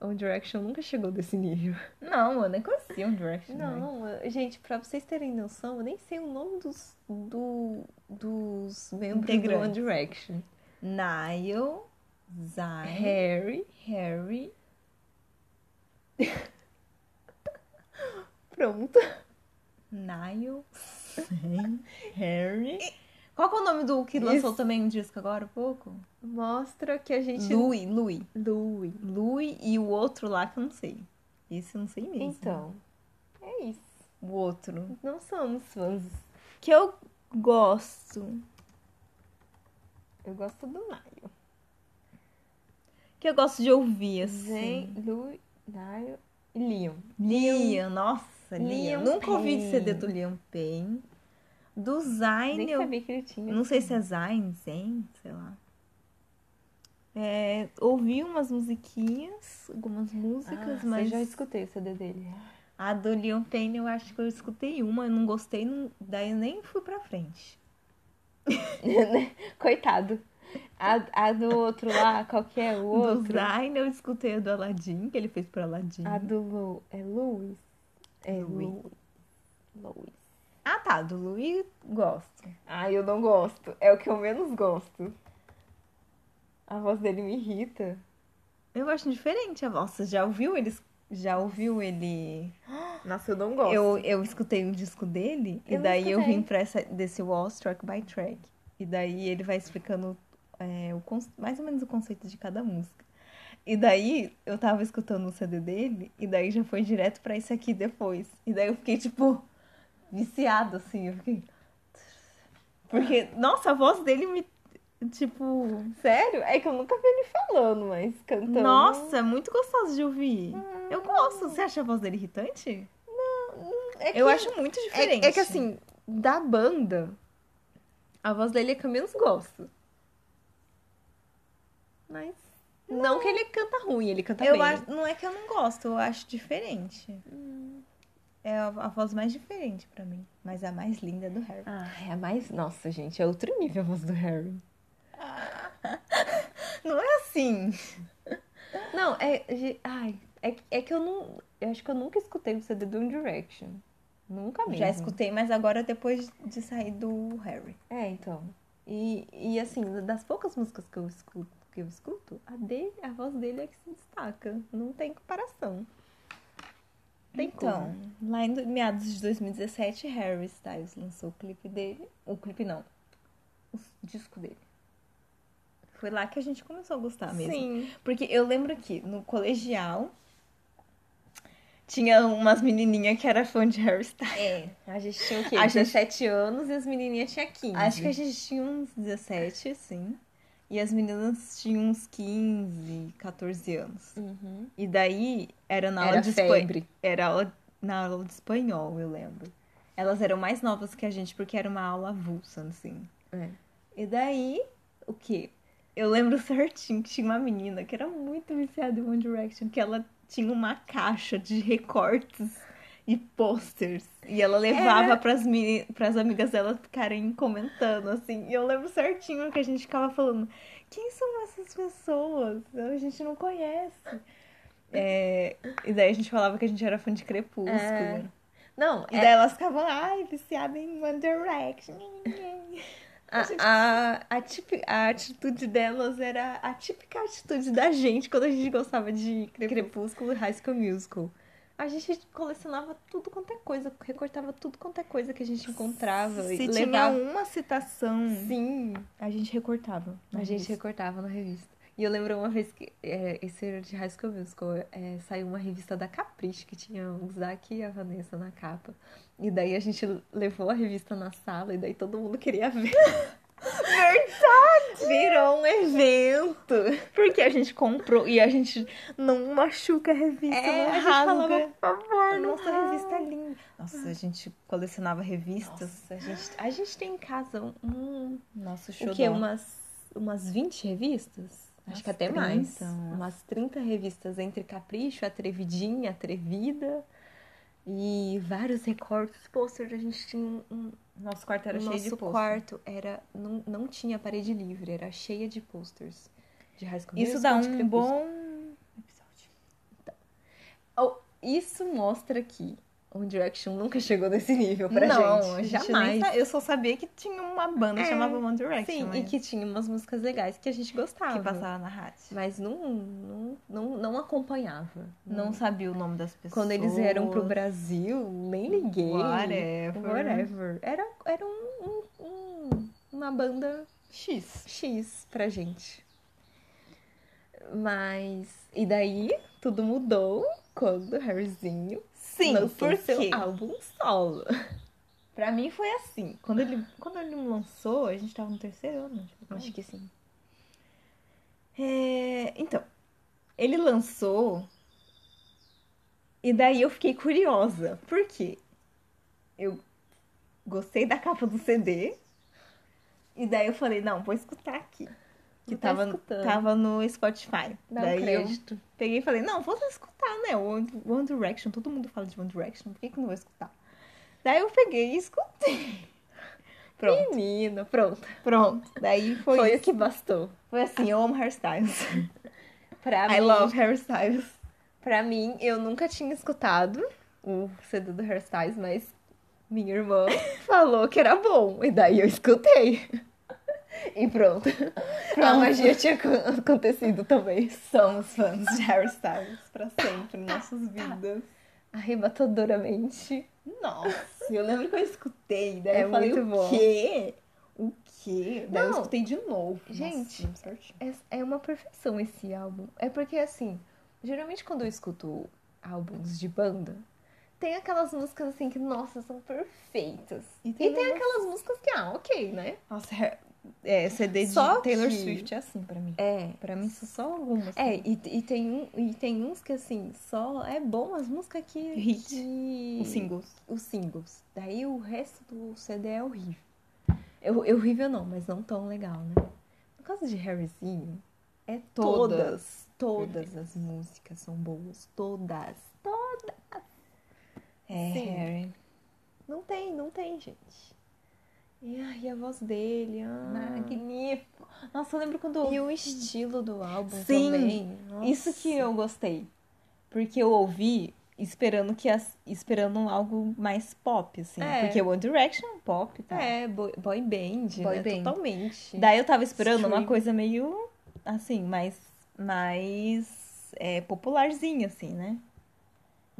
Speaker 2: One Direction nunca chegou desse nível. né?
Speaker 1: Não, eu nem conhecia um Direction. né?
Speaker 2: Não, eu- gente, pra vocês terem noção, eu nem sei o nome dos, do- dos membros do One
Speaker 1: Integrantes.
Speaker 2: Direction.
Speaker 1: Niall, Zion,
Speaker 2: Harry,
Speaker 1: Harry.
Speaker 2: pronto.
Speaker 1: Niall, Zayn, Harry. Qual que é o nome do que lançou
Speaker 2: Isso.
Speaker 1: também um disco agora há pouco?
Speaker 2: Mostra que a gente...
Speaker 1: Louis, Louis.
Speaker 2: Louis.
Speaker 1: Louis e o outro lá que eu não sei. Esse eu não sei mesmo.
Speaker 2: Então, é isso.
Speaker 1: O outro.
Speaker 2: Não somos fãs.
Speaker 1: Que eu gosto.
Speaker 2: Eu gosto do Nayo.
Speaker 1: Que eu gosto de ouvir, assim.
Speaker 2: Zen, Louis, Nayo e Liam.
Speaker 1: Liam, nossa, Liam.
Speaker 2: Liam
Speaker 1: Nunca ouvi de CD
Speaker 2: Payne.
Speaker 1: do Liam Payne. Do
Speaker 2: Nem
Speaker 1: Zayn, eu
Speaker 2: sabia que ele tinha.
Speaker 1: não sei se é Zayn, Zayn, sei lá. É, ouvi umas musiquinhas, algumas músicas,
Speaker 2: Ah,
Speaker 1: mas
Speaker 2: Eu já escutei o CD dele.
Speaker 1: a do Liam Payne eu acho que eu escutei uma, eu não gostei, não- daí eu nem fui pra frente.
Speaker 2: Né? Coitado. A, a do outro lá, qual que é o
Speaker 1: Do
Speaker 2: outro?
Speaker 1: Zayn eu escutei a do Aladdin, que ele fez pro Aladdin.
Speaker 2: A do Lu, é Luiz? É
Speaker 1: Louis.
Speaker 2: Luiz. Luiz.
Speaker 1: Ah tá, do Louis gosto.
Speaker 2: Ai, eu não gosto. É o que eu menos gosto. A voz dele me irrita.
Speaker 1: Eu acho diferente a voz. Você já ouviu eles? Já ouviu ele?
Speaker 2: Nossa, eu não gosto.
Speaker 1: Eu, eu escutei um disco dele
Speaker 2: Eu
Speaker 1: e
Speaker 2: não
Speaker 1: daí eu
Speaker 2: escutei.
Speaker 1: vim pra essa, desse Walls track by track. E daí ele vai explicando é, o, con- mais ou menos o conceito de cada música. E daí eu tava escutando o CD dele e daí já foi direto pra esse aqui depois. E daí eu fiquei tipo viciada assim, eu fiquei porque nossa, a voz dele me tipo,
Speaker 2: Sério? É que eu nunca vi ele falando, mas cantando.
Speaker 1: nossa, é muito gostoso de ouvir. Eu gosto. Você acha a voz dele irritante?
Speaker 2: É que,
Speaker 1: Eu acho muito diferente.
Speaker 2: É, é que assim, da banda, a voz dele é que eu menos gosto. Mas. Não, que ele canta ruim, ele canta
Speaker 1: eu
Speaker 2: bem.
Speaker 1: acho, não é que eu não gosto, eu acho diferente. É a, a voz mais diferente pra mim, mas a mais linda do Harry.
Speaker 2: Ah, é a mais. Nossa, gente, é outro nível a voz do Harry.
Speaker 1: Não é assim.
Speaker 2: Não, é. ge- Ai, é, que- é que eu não. Eu acho que eu nunca escutei o CD do One Direction. Nunca mesmo.
Speaker 1: Já escutei, mas agora depois de sair do Harry.
Speaker 2: É, então. E, e assim, das poucas músicas que eu escuto, que eu escuto a, dele, a voz dele é que se destaca. Não tem comparação. Tem
Speaker 1: então, lá em do- meados de 2017, Harry Styles lançou o clipe dele. O clipe não. O s- disco dele. Foi lá que a gente começou a
Speaker 2: Ah,
Speaker 1: gostar mesmo.
Speaker 2: Sim.
Speaker 1: Porque eu lembro que no colegial tinha umas menininhas que era fã de Harry Styles.
Speaker 2: É. A gente tinha o quê?
Speaker 1: A gente-
Speaker 2: 17 anos e as menininhas tinham 15.
Speaker 1: Acho que a gente tinha uns 17, assim. E as meninas tinham uns 15, 14 anos.
Speaker 2: Uhum.
Speaker 1: E daí era na aula
Speaker 2: Era
Speaker 1: de espanhol.
Speaker 2: febre.
Speaker 1: Era aula- na aula de espanhol, eu lembro. Elas eram mais novas que a gente porque era uma aula avulsa, assim.
Speaker 2: É.
Speaker 1: E daí, o quê? Eu lembro certinho que tinha uma menina que era muito viciada em One Direction, que ela tinha uma caixa de recortes e posters. E ela levava
Speaker 2: Era-
Speaker 1: pras, meni- pras amigas dela ficarem comentando, assim. E eu lembro certinho que a gente ficava falando: quem são essas pessoas? A gente não conhece. É, E daí a gente falava que a gente era fã de Crepúsculo.
Speaker 2: É. Não,
Speaker 1: E
Speaker 2: é-
Speaker 1: daí elas ficavam, ai, viciada em One Direction.
Speaker 2: A, a, a, tipi- a atitude delas era a típica atitude da gente quando a gente gostava de Crepúsculo e High School Musical. A gente colecionava tudo quanto é coisa, recortava tudo quanto é coisa que a gente encontrava
Speaker 1: Se
Speaker 2: e
Speaker 1: tinha um.
Speaker 2: levava.
Speaker 1: uma citação,
Speaker 2: Sim,
Speaker 1: a gente recortava.
Speaker 2: a gente recortava na revista. E eu lembro uma vez que é, esse era de High School Musical, é, saiu uma revista da Capricho que tinha o Zac e a Vanessa na capa. E daí a gente levou a revista na sala e daí todo mundo queria ver.
Speaker 1: virou um evento. Porque a gente comprou e a gente não machuca a revista,
Speaker 2: É,
Speaker 1: não
Speaker 2: a gente
Speaker 1: rasga.
Speaker 2: falava, por favor, não
Speaker 1: Nossa, a
Speaker 2: rasga."
Speaker 1: revista é linda. Nossa, a gente colecionava revistas.
Speaker 2: Nossa, a gente, a gente tem em casa um- um,
Speaker 1: Nossa, show
Speaker 2: o quê? Umas, umas 20 revistas?
Speaker 1: Umas
Speaker 2: Acho que até
Speaker 1: 30,
Speaker 2: mais.
Speaker 1: umas-
Speaker 2: Umas 30 revistas entre Capricho, Atrevidinha, Atrevida e vários recortes, posters. A gente tinha um- um.
Speaker 1: Nosso quarto era
Speaker 2: o
Speaker 1: cheio
Speaker 2: nosso
Speaker 1: de pôster.
Speaker 2: quarto era, não, não tinha parede livre, era cheia de posters de High School
Speaker 1: Isso
Speaker 2: Musical,
Speaker 1: dá
Speaker 2: de
Speaker 1: um
Speaker 2: Crepúsculo.
Speaker 1: bom episódio.
Speaker 2: Oh, isso mostra que One Direction nunca chegou nesse nível pra gente.
Speaker 1: não, a gente
Speaker 2: Jamais.
Speaker 1: nem sa- Eu só sabia que tinha uma banda que
Speaker 2: É,
Speaker 1: chamava One Direction.
Speaker 2: Sim, e
Speaker 1: mas-
Speaker 2: que tinha umas músicas legais que a gente gostava.
Speaker 1: que passava na rádio.
Speaker 2: Mas não, não, não, não acompanhava.
Speaker 1: Não sabia o nome das pessoas.
Speaker 2: Quando eles vieram pro Brasil, nem liguei.
Speaker 1: Whatever.
Speaker 2: Whatever. Era, era um, um- um- uma banda
Speaker 1: X.
Speaker 2: X pra gente. Mas. E daí, tudo mudou quando Harryzinho
Speaker 1: Sim,
Speaker 2: lançou
Speaker 1: porque
Speaker 2: seu álbum solo.
Speaker 1: pra mim foi assim. Quando ele, quando ele lançou, a gente tava no terceiro ano. tipo,
Speaker 2: Acho que sim.
Speaker 1: É, então, ele lançou. E daí eu fiquei curiosa. Por quê? Eu gostei da capa do CD. E daí eu falei, não, vou escutar aqui. Que
Speaker 2: Vou tá
Speaker 1: tava,
Speaker 2: escutando.
Speaker 1: tava no Spotify.
Speaker 2: Dá um
Speaker 1: daí eu
Speaker 2: crédito.
Speaker 1: peguei e falei, não, vou escutar, né? One One Direction, todo mundo fala de One Direction, por que, que eu não vou escutar? Daí eu peguei e escutei. Pronto,
Speaker 2: Menina, pronto.
Speaker 1: pronto. Daí foi,
Speaker 2: Foi, o que bastou.
Speaker 1: foi assim, eu amo hairstyles.
Speaker 2: Pra
Speaker 1: I
Speaker 2: mim,
Speaker 1: love hairstyles.
Speaker 2: Pra mim, eu nunca tinha escutado o CD do Hairstyles, mas minha irmã falou que era bom. E daí eu escutei. E pronto. A magia tinha acon- acontecido também.
Speaker 1: Somos fãs de hairstyles pra sempre,
Speaker 2: Ah,
Speaker 1: nossas
Speaker 2: tá.
Speaker 1: vidas.
Speaker 2: Arrebatadoramente.
Speaker 1: Nossa, eu lembro que eu escutei, daí
Speaker 2: É
Speaker 1: eu falei,
Speaker 2: muito
Speaker 1: o
Speaker 2: bom.
Speaker 1: quê? O quê? Daí eu
Speaker 2: Não.
Speaker 1: escutei de novo.
Speaker 2: Gente,
Speaker 1: Nossa, certinho.
Speaker 2: É, é uma perfeição esse álbum. É porque, assim, geralmente quando eu escuto álbuns de banda, tem aquelas músicas, assim, que, nossa, são perfeitas.
Speaker 1: E
Speaker 2: E
Speaker 1: tem,
Speaker 2: tem aquelas músicas que, ah, ok, né?
Speaker 1: Nossa, hair- é, CD de
Speaker 2: Só
Speaker 1: Taylor
Speaker 2: que-
Speaker 1: Swift é assim pra mim.
Speaker 2: É,
Speaker 1: Pra mim são só algumas. assim,
Speaker 2: É, e, e, tem um, e tem uns que, assim, só é bom as músicas que...
Speaker 1: Hit.
Speaker 2: que-
Speaker 1: os singles.
Speaker 2: Os singles. Daí o resto do CD é horrível. Eu, eu horrível não, mas não tão legal, né? No caso de Harryzinho, é todas. Todas, as músicas são boas. Todas. To-
Speaker 1: É,
Speaker 2: Sim.
Speaker 1: Harry.
Speaker 2: Não tem, não tem, gente. E, ai, a voz dele, ah.
Speaker 1: Magnífico. Nossa, eu lembro quando
Speaker 2: E o estilo do álbum
Speaker 1: Sim.
Speaker 2: também.
Speaker 1: Isso que
Speaker 2: Nossa.
Speaker 1: eu gostei. Porque eu ouvi esperando que as- esperando algo mais pop, assim.
Speaker 2: É.
Speaker 1: Porque One Direction é um pop, tá?
Speaker 2: É, boy, boy band,
Speaker 1: Boy
Speaker 2: né?
Speaker 1: band.
Speaker 2: Totalmente.
Speaker 1: Daí eu tava esperando uma
Speaker 2: Stream.
Speaker 1: coisa meio assim, mais, mais é, popularzinha, assim, né?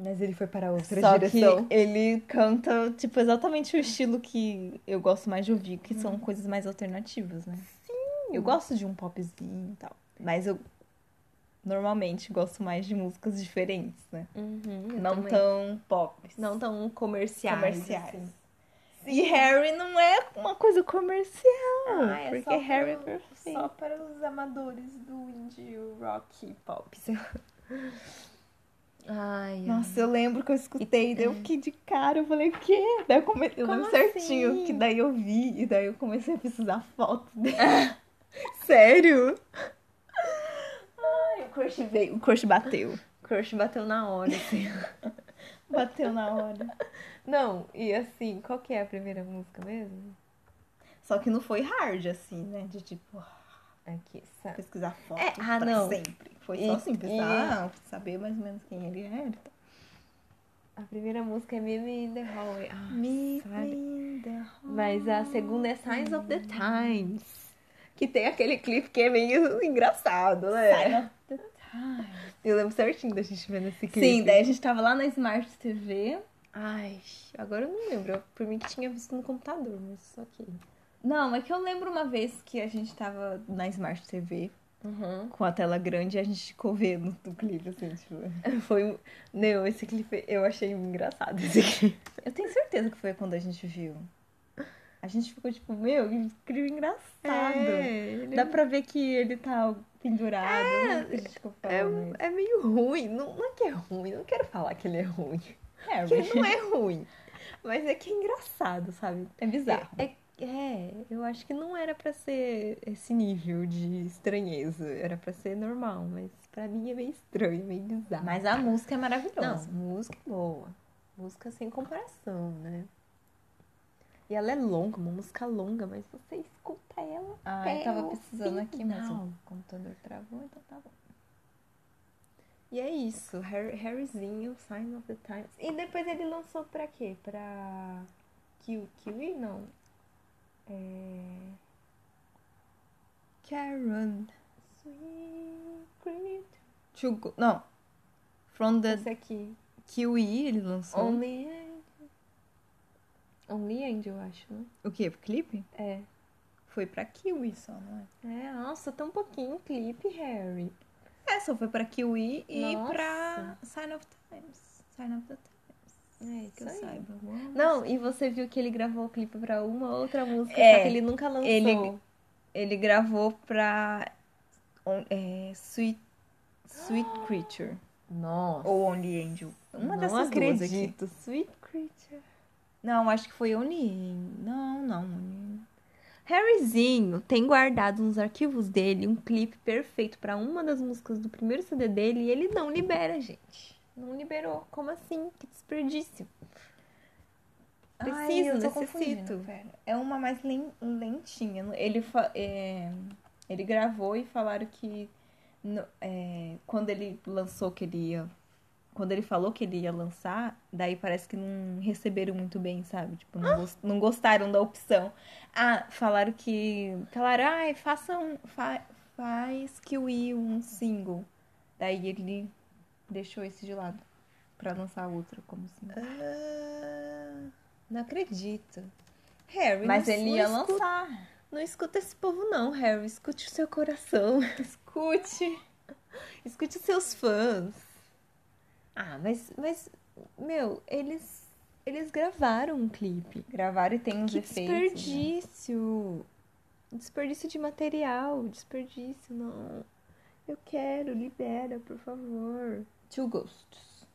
Speaker 2: Mas ele foi para outra
Speaker 1: Só
Speaker 2: direção.
Speaker 1: que ele canta, tipo, exatamente o estilo que eu gosto mais de ouvir, que
Speaker 2: Uhum.
Speaker 1: são coisas mais alternativas, né? Sim! Eu gosto de um popzinho e tal. Mas eu normalmente gosto mais de músicas diferentes, né?
Speaker 2: Uhum, eu
Speaker 1: não
Speaker 2: também.
Speaker 1: tão pop.
Speaker 2: não tão comerciais.
Speaker 1: comerciais.
Speaker 2: assim.
Speaker 1: assim. E Harry não é uma coisa comercial.
Speaker 2: Ah, é
Speaker 1: porque
Speaker 2: só
Speaker 1: Harry é
Speaker 2: pro-
Speaker 1: perfeito.
Speaker 2: Só para os amadores do indie rock e pop. sei lá. Ai, ai.
Speaker 1: Nossa, eu lembro que eu escutei, daí eu fiquei de cara, eu falei, o quê? Daí eu comecei, eu
Speaker 2: Como
Speaker 1: lembro certinho,
Speaker 2: assim?
Speaker 1: que daí eu vi, e daí eu comecei a precisar foto dele. Sério? Ai, o crush veio, o crush bateu.
Speaker 2: o crush bateu na hora, assim.
Speaker 1: Bateu na hora.
Speaker 2: Não, e assim, qual que é a primeira música mesmo?
Speaker 1: Só que não foi hard, assim, né? De tipo, ah,
Speaker 2: Aqui, sabe?
Speaker 1: pesquisar foto
Speaker 2: É, ah,
Speaker 1: pra
Speaker 2: não.
Speaker 1: sempre. Foi
Speaker 2: E-
Speaker 1: só assim,
Speaker 2: e-
Speaker 1: pensar, ah, saber mais ou menos quem ele tá era.
Speaker 2: A primeira múca é Mimi in the Hallway. Ah,
Speaker 1: Me
Speaker 2: sabe?
Speaker 1: in the
Speaker 2: Mas a segunda é Signs of the Times. Que tem aquele clipe que é meio engraçado, né?
Speaker 1: Sign of the time.
Speaker 2: Eu lembro certinho da gente vendo esse clipe.
Speaker 1: Sim, daí a gente tava lá na Smart TV.
Speaker 2: Ai, agora eu não lembro. Eu, Por mim que tinha visto no computador, mas só que.
Speaker 1: Não, é que eu lembro uma vez que a gente tava na Smart TV
Speaker 2: Uhum.
Speaker 1: com a tela grande e a gente ficou vendo o clipe, assim, tipo.
Speaker 2: Foi um. Não, esse clipe eu achei engraçado esse clipe.
Speaker 1: Eu tenho certeza que foi quando a gente viu. A gente ficou tipo, meu, que incrível engraçado. Dá
Speaker 2: Dá
Speaker 1: pra ver que ele tá pendurado. É, um a gente ficou
Speaker 2: É,
Speaker 1: falando.
Speaker 2: é meio ruim. Não, não é que é ruim. Eu não quero falar que ele é ruim.
Speaker 1: É,
Speaker 2: Porque ele não é ruim. Mas é que é engraçado, sabe?
Speaker 1: é bizarro.
Speaker 2: É, é, eu acho que não era pra ser esse nível de estranheza. Era pra ser normal, mas pra mim é meio estranho, meio bizarro.
Speaker 1: Mas a música é
Speaker 2: Não,
Speaker 1: maravilhosa.
Speaker 2: música é boa. Música sem comparação, né? E ela é longa, uma música longa, mas você escuta ela.
Speaker 1: Ah,
Speaker 2: até
Speaker 1: eu tava
Speaker 2: É, o
Speaker 1: precisando aqui, mas
Speaker 2: final.
Speaker 1: o computador travou, então tá bom.
Speaker 2: E é isso, Harry, Harryzinho, Sign of the Times. E depois ele lançou pra quê? Pra Kiwi? Kiwi? Não. É...
Speaker 1: Karen.
Speaker 2: Secret.
Speaker 1: To go- Não. From the
Speaker 2: Esse aqui.
Speaker 1: Kiwi, ele lançou.
Speaker 2: Only Angel. Only Angel, eu acho, né?
Speaker 1: O quê? O clipe?
Speaker 2: É.
Speaker 1: Foi pra Kiwi só, não
Speaker 2: É, nossa, tão pouquinho o clipe, Harry.
Speaker 1: é? É, só foi pra Kiwi e
Speaker 2: Nossa.
Speaker 1: pra Sign of Times. Sign of the Times.
Speaker 2: É,
Speaker 1: que
Speaker 2: isso
Speaker 1: eu
Speaker 2: aí.
Speaker 1: saiba.
Speaker 2: Não, e você viu que ele gravou o clipe pra uma outra música, só
Speaker 1: É,
Speaker 2: que ele nunca lançou.
Speaker 1: ele- Ele gravou pra on- é, Sweet, Sweet Creature.
Speaker 2: Nossa.
Speaker 1: Ou Only Angel. Uma
Speaker 2: não
Speaker 1: dessas duas aqui.
Speaker 2: acredito. Sweet Creature.
Speaker 1: Não, acho que foi Only Angel. Não, não. Only...
Speaker 2: Harryzinho tem guardado nos arquivos dele um clipe perfeito pra uma das músicas do primeiro CD dele e ele não libera, gente. Não liberou. Como assim? Que desperdício.
Speaker 1: Ai, eu tô
Speaker 2: Preciso,
Speaker 1: confundindo,
Speaker 2: necessito.
Speaker 1: pera. É uma mais len- lentinha. Ele, fa- é, ele gravou e falaram que no- é, quando ele lançou que ele ia. Quando ele falou que ele ia lançar, daí parece que não receberam muito bem, sabe? Tipo, não, gos- não gostaram da opção. Ah, falaram que. Falaram, ai, faça um. fa- faz que o i um single. Daí ele deixou esse de lado pra lançar outro como single.
Speaker 2: Ah, não acredito. Harry,
Speaker 1: Mas
Speaker 2: não-
Speaker 1: ele
Speaker 2: não
Speaker 1: ia
Speaker 2: escuta-
Speaker 1: lançar.
Speaker 2: Não escuta esse povo, não, Harry. Escute o seu coração. Escute. Escute os seus fãs. Ah, mas, mas meu, eles, eles gravaram um clipe.
Speaker 1: Gravaram e tem uns
Speaker 2: que
Speaker 1: efeitos. né?
Speaker 2: desperdício. Desperdício de material. Desperdício, não. Eu quero, libera, por favor.
Speaker 1: Two Ghosts.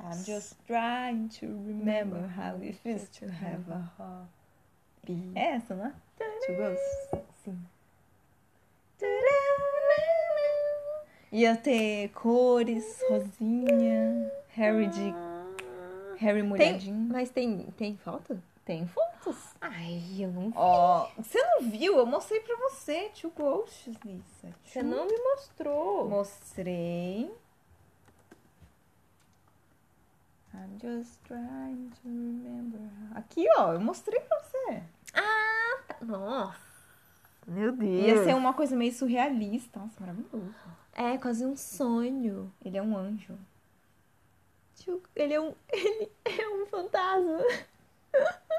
Speaker 1: I'm just trying to remember how it feels to have a heart. É essa, não é? Two Ghosts.
Speaker 2: Sim.
Speaker 1: Ia ter cores, rosinha, Harry de...
Speaker 2: Ah.
Speaker 1: Harry molhadinho.
Speaker 2: Mas tem, tem foto?
Speaker 1: Tem, fotos.
Speaker 2: Ai, eu não
Speaker 1: Ó, você não viu? Eu mostrei pra você. Two Ghosts, Lisa.
Speaker 2: Você
Speaker 1: Two
Speaker 2: não me mostrou.
Speaker 1: Mostrei. I'm just trying to remember. how- Aqui, ó, eu mostrei pra você.
Speaker 2: Nossa. Meu
Speaker 1: Ia ser uma coisa meio surrealista. Nossa, maravilhoso.
Speaker 2: É quase um sonho.
Speaker 1: Ele é um anjo.
Speaker 2: Tio, Ele é um, ele é um fantasma.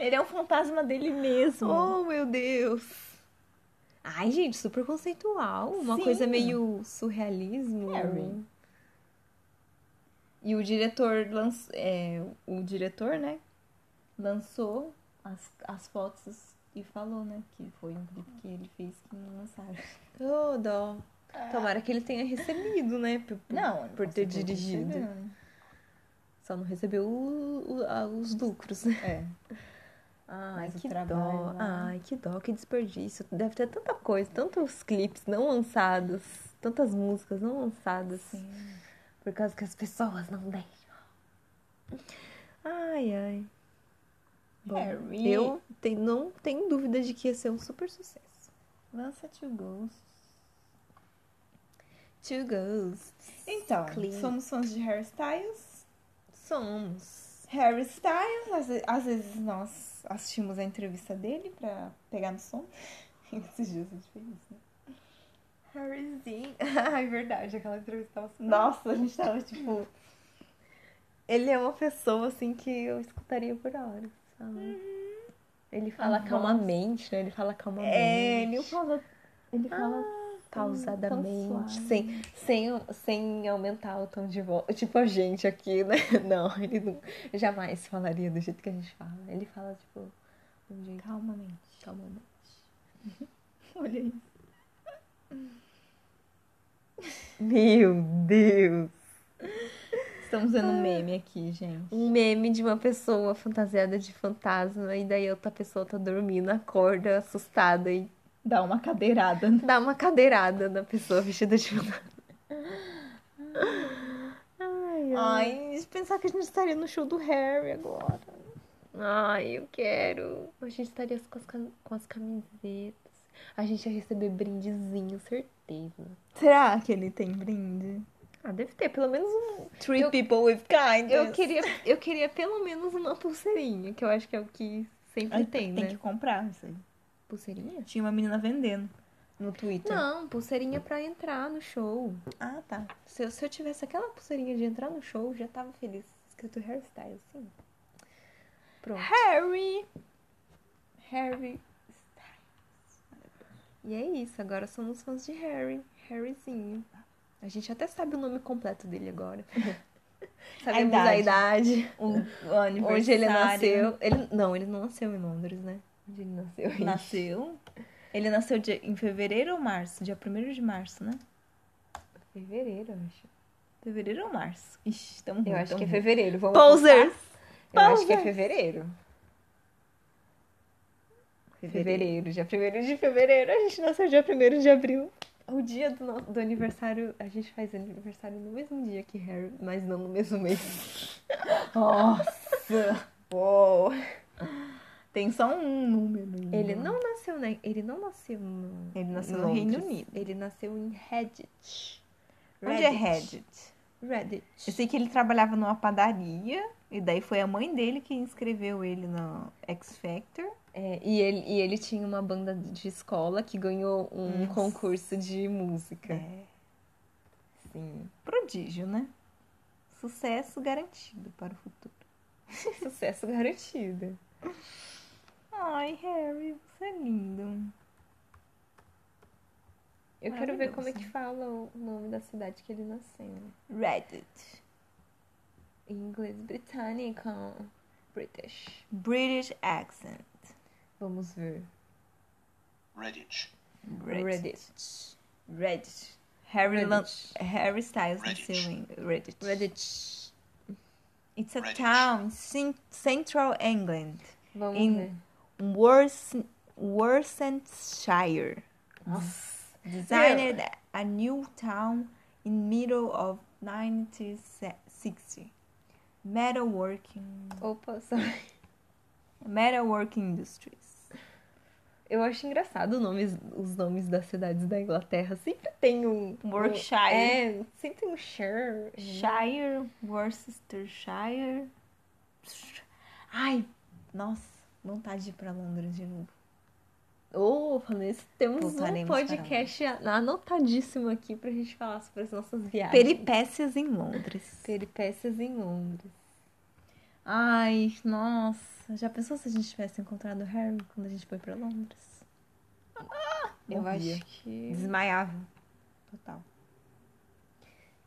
Speaker 1: Ele é um fantasma dele mesmo.
Speaker 2: Oh, meu Deus. Ai, gente, super conceitual. Uma
Speaker 1: Sim.
Speaker 2: coisa meio surrealismo.
Speaker 1: Harry. E o diretor lançou. É, o diretor, né? lançou as, as fotos e falou, né? Que foi um clipe que ele fez que não lançaram.
Speaker 2: Ô, dó. Tomara que ele tenha recebido, né? Por, por-
Speaker 1: Não,
Speaker 2: por ter
Speaker 1: com certeza
Speaker 2: dirigido.
Speaker 1: recebeu, né?
Speaker 2: Só não recebeu o- o- a- os lucros, né?
Speaker 1: É.
Speaker 2: Ai,
Speaker 1: Mas o
Speaker 2: que
Speaker 1: trabalho
Speaker 2: dó.
Speaker 1: lá-
Speaker 2: Ai, que dó, que desperdício. Deve ter tanta coisa, tantos clipes não lançados, tantas músicas não lançadas.
Speaker 1: Sim.
Speaker 2: Por causa que as pessoas não deixam. Ai, ai. Bom,
Speaker 1: Harry.
Speaker 2: eu te- não tenho dúvida de que ia ser um super sucesso.
Speaker 1: Lança Two Ghosts.
Speaker 2: Two Ghosts.
Speaker 1: Então,
Speaker 2: Clean.
Speaker 1: somos fãs de hairstyles.
Speaker 2: Somos.
Speaker 1: Harry Styles, às ve- às vezes nós assistimos a entrevista dele pra pegar no som. Esses dias a gente fez isso, né?
Speaker 2: Harryzinho. Ai, verdade, aquela entrevista tava super
Speaker 1: Nossa, a gente tava tipo.
Speaker 2: Ele é uma pessoa, assim, que eu escutaria por horas. falar.
Speaker 1: Uhum.
Speaker 2: Ele fala
Speaker 1: voz.
Speaker 2: calmamente, né? Ele fala calmamente.
Speaker 1: É, ele fala. Ele fala
Speaker 2: Pausadamente,
Speaker 1: suave.
Speaker 2: sem, sem, sem aumentar o tom de voz. Tipo a gente aqui, né? Não, ele não, jamais falaria do jeito que a gente fala. Ele fala, tipo, de um jeito
Speaker 1: calmamente.
Speaker 2: calmamente.
Speaker 1: Olha isso.
Speaker 2: Meu Deus!
Speaker 1: Estamos vendo um meme aqui, gente.
Speaker 2: Um meme de uma pessoa fantasiada de fantasma e daí outra pessoa tá dormindo, acorda assustada e
Speaker 1: Dá uma cadeirada.
Speaker 2: dá uma cadeirada na pessoa vestida de fantasma. Ai,
Speaker 1: Ai, de pensar que a gente estaria no show do Harry agora.
Speaker 2: Ai, eu quero. A gente estaria com as, cam- com as camisetas. A gente ia receber brindezinho, certeza.
Speaker 1: Será que ele tem brinde?
Speaker 2: Ah, deve ter pelo menos um.
Speaker 1: Three
Speaker 2: Eu-
Speaker 1: people with kindness.
Speaker 2: Eu queria, eu queria pelo menos uma pulseirinha, que eu acho que é o que sempre
Speaker 1: Ai,
Speaker 2: tem,
Speaker 1: tem
Speaker 2: né?
Speaker 1: que comprar isso aí.
Speaker 2: Pulseirinha?
Speaker 1: Tinha uma menina vendendo no Twitter.
Speaker 2: Não, pulseirinha pra entrar no show.
Speaker 1: Ah, tá.
Speaker 2: Se eu, se eu tivesse aquela pulseirinha de entrar no show, eu já tava feliz. Escrito hairstyle, assim. Pronto.
Speaker 1: Harry! Harry.
Speaker 2: E é isso, agora somos fãs de Harry, Harryzinho. A gente até sabe o nome completo dele agora. Sabemos a idade,
Speaker 1: O, o aniversário.
Speaker 2: onde ele nasceu. Ele, não, ele não nasceu em Londres, né? Onde ele nasceu? hein?
Speaker 1: Nasceu. Ele nasceu dia- em fevereiro ou março? Dia 1 de março, né?
Speaker 2: Fevereiro, eu acho.
Speaker 1: Fevereiro ou março? Ixi, estamos
Speaker 2: Eu acho que é fevereiro. Vamos
Speaker 1: Poser!
Speaker 2: apostar? Eu acho que é
Speaker 1: Poser!
Speaker 2: fevereiro. Fevereiro, dia 1 de fevereiro. A gente nasceu dia 1 de abril. O dia do, nosso, do aniversário, a gente faz aniversário no mesmo dia que Harry, mas não no mesmo mês.
Speaker 1: Nossa!
Speaker 2: Uou!
Speaker 1: Tem só um número. aí,
Speaker 2: Ele
Speaker 1: né?
Speaker 2: não nasceu, né? Ele não nasceu no.
Speaker 1: Ele nasceu no Reino
Speaker 2: Londres.
Speaker 1: Unido.
Speaker 2: Ele nasceu em Reddit.
Speaker 1: Onde é Reddit?
Speaker 2: Reddit.
Speaker 1: Eu sei que ele trabalhava numa padaria. E daí foi a mãe dele que inscreveu ele no X Factor.
Speaker 2: É, e, ele, e ele tinha uma banda de escola que ganhou um
Speaker 1: Nossa.
Speaker 2: concurso de música. É,
Speaker 1: é?
Speaker 2: Sim.
Speaker 1: Prodígio, né? Sucesso garantido para o futuro.
Speaker 2: Sucesso garantido.
Speaker 1: Ai, Harry, você é lindo.
Speaker 2: Eu quero ver como é
Speaker 1: Maravilhoso.
Speaker 2: que fala o nome da cidade que ele nasceu. né?
Speaker 1: Reddit.
Speaker 2: Em inglês britânico. British.
Speaker 1: British accent.
Speaker 2: Vamos ver.
Speaker 3: Reddit.
Speaker 2: Reddit.
Speaker 1: Reddit. Harry, lan-
Speaker 2: Reddit.
Speaker 1: Harry Styles
Speaker 3: Reddit.
Speaker 1: nasceu em Reddit.
Speaker 2: Reddit.
Speaker 1: It's a
Speaker 3: Reddit.
Speaker 1: town in cen- central England,
Speaker 2: Vamos
Speaker 1: Em-
Speaker 2: ver.
Speaker 1: Wors- Worcestershire.
Speaker 2: Nossa.
Speaker 1: Designed a new town in middle of 1960. Metalworking,
Speaker 2: Opa, sorry.
Speaker 1: metalworking industries.
Speaker 2: Eu acho engraçado o nome- os nomes das cidades da Inglaterra. Sempre tem um.
Speaker 1: Workshire.
Speaker 2: É, sempre tem um share.
Speaker 1: Shire, Worcestershire. Ai, nossa, vontade de ir pra Londres de novo.
Speaker 2: Ou, falando isso, temos um
Speaker 1: Voltaremos
Speaker 2: podcast anotadíssimo aqui pra gente falar sobre as nossas viagens.
Speaker 1: Peripécias em Londres.
Speaker 2: Peripécias em Londres.
Speaker 1: Ai, nossa, já pensou se a gente tivesse encontrado o Harry quando a gente foi pra Londres?
Speaker 2: Eu
Speaker 1: Morria.
Speaker 2: acho que.
Speaker 1: Desmaiava. Total.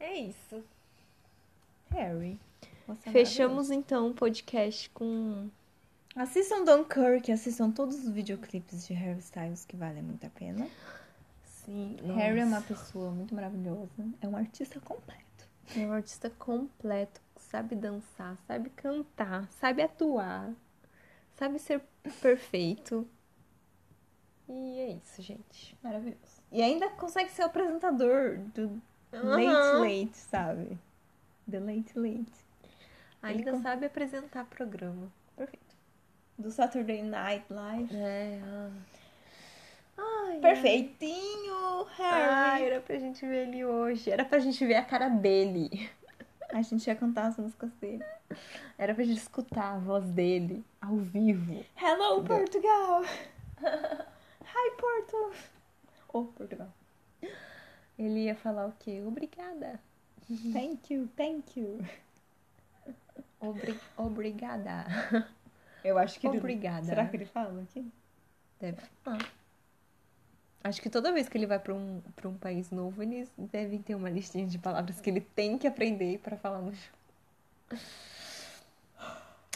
Speaker 2: É isso.
Speaker 1: Harry. você é
Speaker 2: Fechamos então o podcast com
Speaker 1: Assistam Dunkirk, assistam todos os videoclipes de Harry Styles que valem muito a pena.
Speaker 2: Sim.
Speaker 1: Harry é uma pessoa muito maravilhosa, é um artista completo.
Speaker 2: É um artista completo, sabe dançar, sabe cantar, sabe atuar, sabe ser perfeito. E é isso, gente.
Speaker 1: Maravilhoso. E ainda consegue ser o apresentador do Late
Speaker 2: Aham.
Speaker 1: Late, sabe? The Late Late. Ele
Speaker 2: Ainda
Speaker 1: com-
Speaker 2: sabe apresentar programa.
Speaker 1: Perfeito. Do Saturday Night Live.
Speaker 2: É. ah. Ai,
Speaker 1: Perfeitinho,
Speaker 2: Ai,
Speaker 1: Harry.
Speaker 2: era pra gente ver ele hoje. Era pra gente ver a cara dele.
Speaker 1: A gente ia cantar as músicas dele.
Speaker 2: Era pra gente escutar a voz dele ao vivo.
Speaker 1: Hello, Portugal! Hi, Porto! Oh, Portugal.
Speaker 2: Ele ia falar o quê? Obrigada.
Speaker 1: Thank you, thank you.
Speaker 2: Obri- obrigada.
Speaker 1: Eu acho que
Speaker 2: Obrigada.
Speaker 1: ele... Será que ele fala aqui?
Speaker 2: Deve falar. Acho que toda vez que ele vai pra um, pra um país novo, eles devem ter uma listinha de palavras que ele tem que aprender pra falar no show.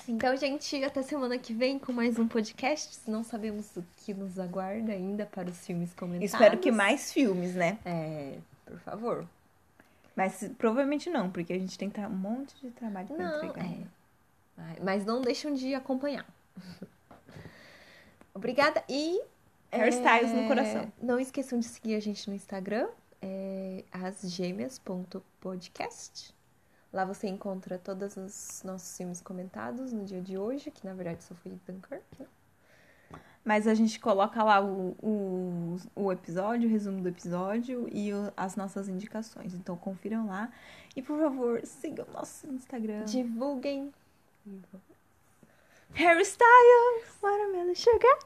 Speaker 2: Então, gente, até semana que vem com mais um podcast. Não sabemos o que nos aguarda ainda para os filmes comentados.
Speaker 1: Espero que mais filmes, né?
Speaker 2: É, por favor.
Speaker 1: Mas se- provavelmente não, porque a gente tem tra- um monte de trabalho pra
Speaker 2: Não,
Speaker 1: entregar.
Speaker 2: é. Ai, Mas não deixam de acompanhar. Obrigada e
Speaker 1: Hairstyles no
Speaker 2: É,
Speaker 1: coração.
Speaker 2: Não esqueçam de seguir a gente no Instagram, é asgêmeas.podcast. Lá você encontra todos os nossos filmes comentados no dia de hoje, que na verdade só foi Dunkirk. né?
Speaker 1: Mas a gente coloca lá o, o, o episódio, o resumo do episódio e o- as nossas indicações. Então confiram lá. E por favor, sigam o nosso Instagram.
Speaker 2: Divulguem.
Speaker 1: Hairstyle! Watermelon Sugar!